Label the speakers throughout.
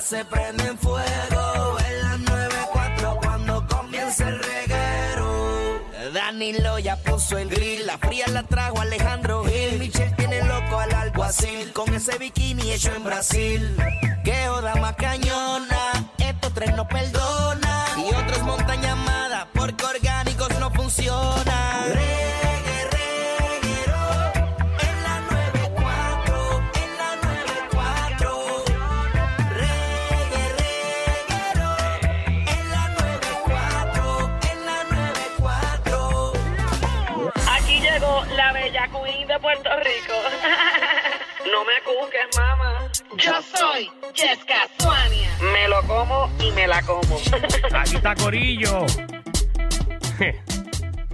Speaker 1: se prenden fuego. En las 94 cuando comienza el reguero. Danilo ya puso el grill, la fría la trajo Alejandro Gil. Michel tiene loco al alguacil con ese bikini hecho en Brasil. Que joda más cañona, estos tres no perdonan. Y otros montan llamada porque orgánicos no funcionan. Reggae, reguero, en la 94, en la 94. Reggae, reguero, en la 94, en la 94.
Speaker 2: Aquí llegó la bella queen de Puerto Rico. No me juzgues, mamá. Yo soy Jessica Suania. Me lo como y me la como.
Speaker 3: Aquí está Corillo.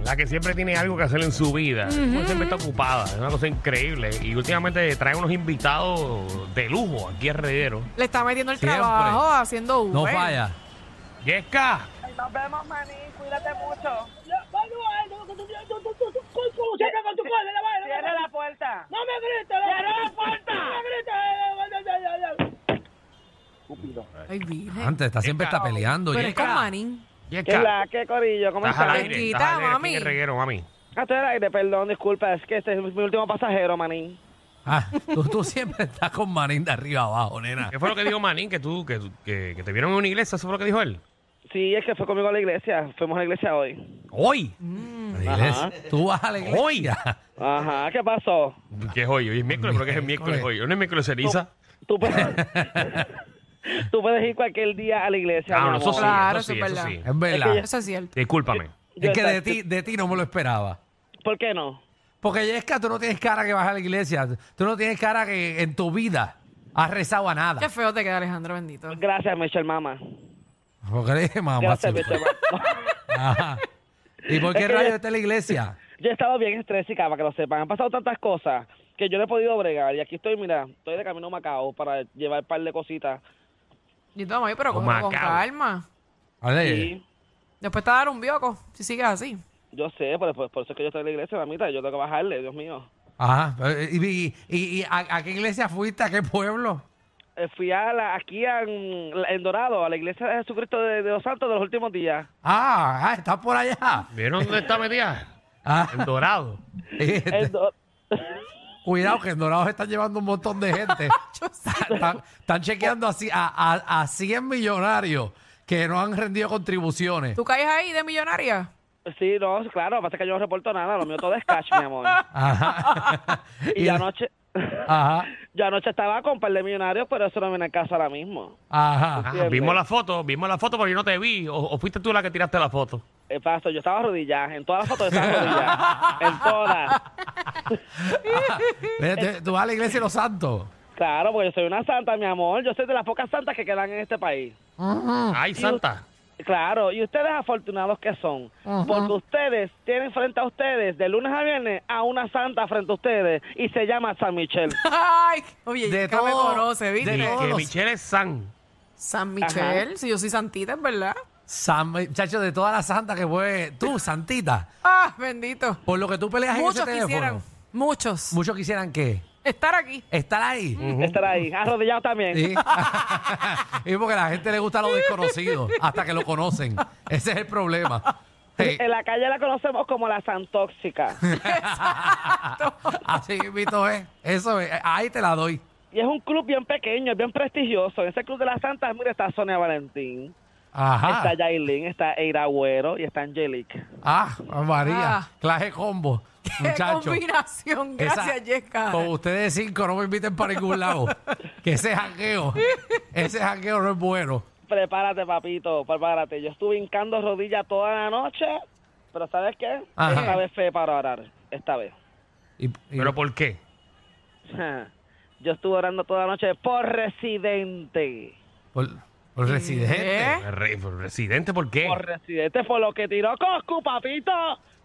Speaker 3: La que siempre tiene algo que hacer en su vida. Siempre está ocupada. Es una cosa increíble. Y últimamente trae unos invitados de lujo aquí a Redero.
Speaker 4: Le está metiendo el
Speaker 5: Siempre.
Speaker 4: trabajo haciendo Uber.
Speaker 5: No falla.
Speaker 3: Yesca,
Speaker 2: Nos vemos, maní. Cuídate mucho. Cierra la puerta. ¡No me grites! ¡Cierra la puerta!
Speaker 4: Ay, virgen.
Speaker 5: Antes, está siempre está peleando.
Speaker 4: Pero
Speaker 5: Yesca.
Speaker 4: es con Manning.
Speaker 2: ¿Qué es
Speaker 3: Yesca.
Speaker 2: la que, Corillo? ¿Cómo
Speaker 3: Estás al
Speaker 2: estás?
Speaker 3: aire.
Speaker 4: Yesquita,
Speaker 3: Estás al aire aquí en
Speaker 4: mami.
Speaker 3: el reguero, mami.
Speaker 2: Ah, estoy al aire, perdón, disculpa. Es que este es mi último pasajero, maní.
Speaker 5: Ah, tú, tú siempre estás con Marín de arriba abajo, nena.
Speaker 3: ¿Qué fue lo que dijo Manín? Que tú, que, tú- que, que te vieron en una iglesia. ¿Eso fue lo que dijo él?
Speaker 2: Sí, es que fue conmigo a la iglesia. Fuimos a la iglesia hoy.
Speaker 3: Hoy.
Speaker 5: Iglesia. Tú vas a la iglesia.
Speaker 2: Ajá, ¿qué pasó?
Speaker 3: ¿Qué es hoy? Hoy es miércoles, pero que es el miércoles hoy. ¿No es miércoles ceniza?
Speaker 4: Oh,
Speaker 2: Tú puedes, tú puedes ir cualquier día a la iglesia.
Speaker 3: Ah,
Speaker 2: mi
Speaker 3: no, eso
Speaker 2: amor.
Speaker 3: sí,
Speaker 4: Claro,
Speaker 3: eso sí,
Speaker 4: eso es
Speaker 3: eso sí.
Speaker 5: Es verdad.
Speaker 4: Eso es cierto.
Speaker 3: Discúlpame.
Speaker 2: Yo
Speaker 5: Es que de
Speaker 2: estaba-
Speaker 5: ti, de ti no me lo esperaba.
Speaker 2: ¿Por qué no?
Speaker 5: Porque Yesca, tú no tienes cara que vas a la iglesia. Tú no tienes cara que en tu vida has rezado a nada.
Speaker 4: Qué feo te queda, Alejandro, bendito.
Speaker 2: Gracias, Michelle Mama.
Speaker 5: Porque le dije, mamá.
Speaker 2: Gracias, Michelle Mama.
Speaker 5: Ajá. ¿Y por qué
Speaker 2: Es que
Speaker 5: rayos
Speaker 2: ya-
Speaker 5: está en la iglesia?
Speaker 2: Yo he estado bien estresada, para que lo sepan. Han pasado tantas cosas que yo no he podido bregar. Y aquí estoy, mira, estoy de camino a Macao para llevar un par de cositas.
Speaker 4: Yo tomo ahí, pero
Speaker 3: Con
Speaker 4: con, con
Speaker 3: Macao.
Speaker 4: calma.
Speaker 5: Vale.
Speaker 2: Y
Speaker 4: Después te va a dar un bioco, si sigues así.
Speaker 2: yo sé, por, por, por eso es que yo estoy en la iglesia, mamita. Yo tengo que bajarle, Dios mío.
Speaker 5: Ajá. ¿Y, y- y- y a, a qué iglesia fuiste? ¿A qué pueblo?
Speaker 2: Eh, Fui a la, aquí a- en, en Dorado, a la iglesia de Jesucristo de, de los Santos de los últimos días.
Speaker 5: Ah, ah, estás por allá.
Speaker 3: ¿Vieron dónde está metida?
Speaker 5: Ah. este,
Speaker 3: En Dorado.
Speaker 2: En Do-
Speaker 5: Cuidado, que en Dorados están llevando un montón de gente.
Speaker 4: Yo sé.
Speaker 5: están, están chequeando así a, a, a 100 millonarios que no han rendido contribuciones.
Speaker 4: ¿Tú caes ahí de millonaria?
Speaker 2: sí, no, claro, pasa que yo no reporto nada. Lo mío todo es cash, mi amor.
Speaker 5: Ajá.
Speaker 2: Y anoche,
Speaker 5: Ajá.
Speaker 2: yo anoche estaba con un par de millonarios, pero eso no viene al caso ahora mismo.
Speaker 5: Ajá.
Speaker 3: Ah, vimos la foto, vimos la foto, pero yo no te vi. O, o fuiste tú la que tiraste la foto.
Speaker 2: Eh, paso, yo estaba arrodillada. En todas las fotos yo estaba arrodillada. en todas.
Speaker 5: Ve, te- Tú vas a la iglesia de los santos.
Speaker 2: Claro, porque yo soy una santa, mi amor. Yo soy de las pocas santas que quedan en este país.
Speaker 4: Ah.
Speaker 3: Ay, santa.
Speaker 2: Claro, y ustedes afortunados que son, porque ustedes tienen frente a ustedes, de lunes a viernes, a una santa frente a ustedes, y se llama San Michel.
Speaker 4: Ay, oye,
Speaker 5: De
Speaker 4: de me
Speaker 5: todo,
Speaker 4: conoce, ¿viste?
Speaker 5: de
Speaker 3: Mi-
Speaker 5: todos
Speaker 3: que
Speaker 5: los-
Speaker 3: Michelle es San.
Speaker 4: San Michel, si yo soy santita, es verdad.
Speaker 5: San, chacho, de todas las santas que fue tú, santita.
Speaker 4: Ah, bendito.
Speaker 5: Por lo que tú peleas
Speaker 4: Muchos
Speaker 5: en ese teléfono.
Speaker 4: quisieran, muchos,
Speaker 5: Muchos quisieran que
Speaker 4: estar aquí.
Speaker 5: estar ahí.
Speaker 2: Estar ahí, arrodillado también.
Speaker 5: Sí. y porque a la gente le gusta lo desconocido hasta que lo conocen. Ese es el problema. Sí.
Speaker 2: En la calle la conocemos como la santóxica.
Speaker 5: Así mismo es. Eso es. Ahí te la doy.
Speaker 2: y es un club bien pequeño, es bien prestigioso. En ese club de las santas, mira, está Sonia Valentín,
Speaker 5: Ajá.
Speaker 2: está Yailin, está Eira Agüero y está Angelique.
Speaker 5: Ah, María.
Speaker 4: Ah.
Speaker 5: Clase combo.
Speaker 4: Qué
Speaker 5: Muchacho.
Speaker 4: combinación,
Speaker 5: Esa-
Speaker 4: gracias, Yesca.
Speaker 5: Con ustedes cinco no me inviten para ningún lado. que ese jangueo, ese jangueo no es bueno.
Speaker 2: Prepárate, papito, prepárate. Yo estuve hincando rodillas toda la noche, pero ¿sabes qué?
Speaker 5: Ajá.
Speaker 2: Esta vez fue para orar, esta vez.
Speaker 5: Y- y-
Speaker 3: ¿Pero por qué?
Speaker 2: Yo estuve orando toda la noche por residente.
Speaker 5: por, por residente.
Speaker 4: ¿Eh?
Speaker 3: Re- ¿Residente por qué?
Speaker 2: Por residente fue lo que tiró Coscu, papito.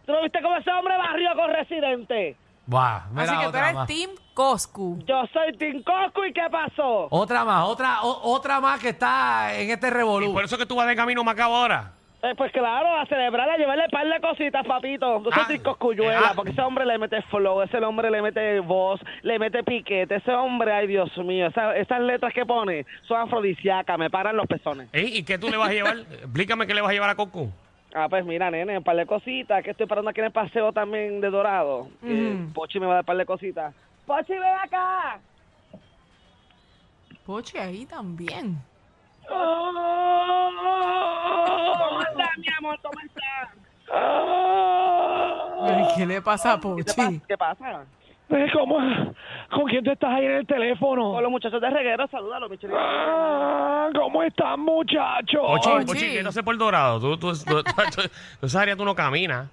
Speaker 2: ¿Tú no viste cómo ese hombre barrió con residente?
Speaker 5: Va, mira,
Speaker 4: Así que tú
Speaker 5: otra
Speaker 4: eres
Speaker 5: más.
Speaker 4: Team Coscu.
Speaker 2: Yo soy Tim Coscu y ¿qué pasó?
Speaker 5: Otra más, otra, o- otra más que está en este
Speaker 3: ¿Y
Speaker 5: revolú.
Speaker 3: por eso que tú vas de camino a Macao ahora?
Speaker 2: Eh, pues claro, a celebrar, a llevarle un par de cositas, papito. Tú
Speaker 3: Ah,
Speaker 2: son discos cuyuela,
Speaker 3: ah.
Speaker 2: porque ese hombre le mete flow, ese hombre le mete voz, le mete piquete. Ese hombre, ay Dios mío, esa- esas letras que pone son afrodisíacas, me paran los pezones.
Speaker 3: ¿Eh? ¿Y qué tú le vas a llevar? Explícame qué le vas a llevar a Coco.
Speaker 2: Ah, pues mira, nene, un par de cositas, que estoy parando aquí en el paseo también de Dorado. que Pochi me va a dar un par de cositas. Pochi, ven acá.
Speaker 4: Pochi ahí también.
Speaker 2: ¿Cómo está, mi amor? ¿Cómo está?
Speaker 4: Ay, Ah. ¿Qué le pasa a
Speaker 2: ¿Qué, te
Speaker 4: Pochi?
Speaker 2: pasa? ¿Qué pasa?
Speaker 6: Eh, ¿Cómo? ¿Con quién tú estás ahí en
Speaker 2: Con
Speaker 6: el teléfono?
Speaker 2: los muchachos de reguero, salúdalo, Michelin.
Speaker 6: Ah, ¿Cómo están, muchachos?
Speaker 3: Ochi,
Speaker 4: Ochi.
Speaker 3: Ochi, ¿qué tú haces por Dorado? Tú, tú, tú, tú- tú- esa área tú no caminas.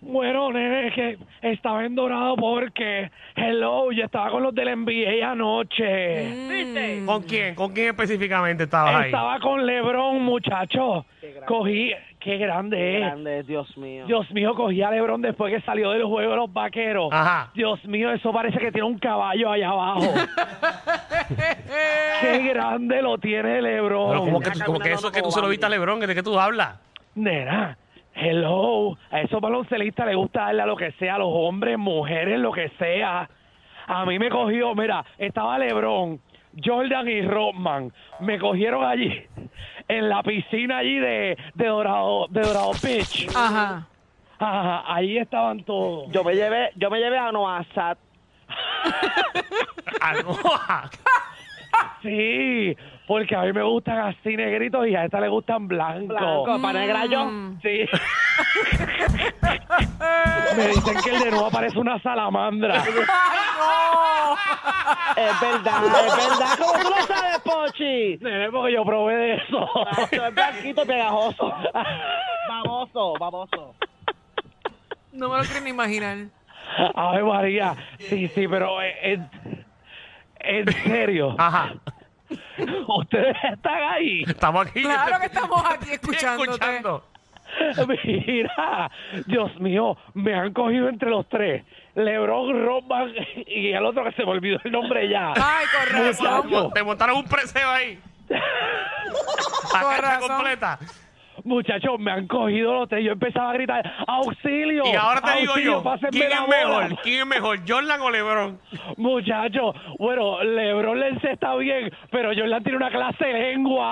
Speaker 6: Bueno, nene, es que estaba en Dorado porque, hello, yo estaba con los del NBA anoche.
Speaker 2: ¿Viste?
Speaker 3: ¿Con quién? ¿Con quién específicamente estabas ahí?
Speaker 6: Estaba con LeBron, muchachos.
Speaker 2: Qué grande.
Speaker 6: Cogí, qué grande
Speaker 2: Qué
Speaker 6: es.
Speaker 2: grande es, Dios mío.
Speaker 6: Dios mío, cogí a LeBron después que salió del juego de los vaqueros.
Speaker 3: Ajá.
Speaker 6: Dios mío, eso parece que tiene un caballo allá abajo. qué grande lo tiene LeBron.
Speaker 3: Pero como que, tú- como que eso que tú se lo viste a Lebrón, ¿de qué tú hablas?
Speaker 6: Nena, hello. A esos baloncelistas les gusta darle a lo que sea, a los hombres, mujeres, lo que sea. A mí me cogió, mira, estaba LeBron, Jordan y Rodman. Me cogieron allí, en la piscina allí de, de Dorado, de Dorado Beach.
Speaker 4: Ajá.
Speaker 6: Ajá, ahí estaban todos.
Speaker 2: Yo me llevé, yo me llevé a Noah Sad.
Speaker 3: Ah, Anoa.
Speaker 6: Sí, porque a mí me gustan así negritos y a esta le gustan blancos.
Speaker 2: Blanco, para negra yo.
Speaker 6: Mm. Sí. me dicen que el de nuevo parece una salamandra.
Speaker 2: Es verdad, es verdad. ¿Cómo tú lo sabes, Pochi?
Speaker 6: Nene, porque yo probé de eso.
Speaker 2: Esto es blanquito y pegajoso. Baboso, baboso.
Speaker 4: No me lo quiero ni imaginar.
Speaker 6: Ay, María. Sí, sí, pero eh, en, en serio.
Speaker 3: Ajá.
Speaker 6: Ustedes están ahí.
Speaker 3: Estamos aquí.
Speaker 4: Claro que estamos aquí escuchándote.
Speaker 3: escuchando.
Speaker 6: Mira, Dios mío, me han cogido entre los tres. Lebron, Roman y el otro que se me olvidó el nombre ya.
Speaker 4: Ay, con razón.
Speaker 6: Muchacho.
Speaker 3: Te montaron un preseo ahí. La
Speaker 4: Con
Speaker 3: cancha
Speaker 4: razón.
Speaker 3: completa.
Speaker 6: Muchachos, me han cogido los tres. Yo empezaba a gritar, auxilio.
Speaker 3: Y ahora te digo
Speaker 6: auxilio,
Speaker 3: yo,
Speaker 6: pásenme
Speaker 3: ¿quién
Speaker 6: la
Speaker 3: es
Speaker 6: bola".
Speaker 3: mejor? ¿Quién es mejor, Jordan o LeBron?
Speaker 6: Muchachos, bueno, Lebron le está bien, pero Jordan tiene una clase de lengua.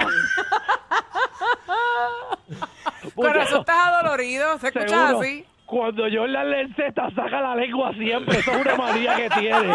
Speaker 4: Con
Speaker 6: Muchacho,
Speaker 4: razón estás adolorido. ¿Se escucha
Speaker 6: seguro,
Speaker 4: así?
Speaker 6: Cuando Jordan le encesta, saca la lengua siempre. Eso es una manía que tiene.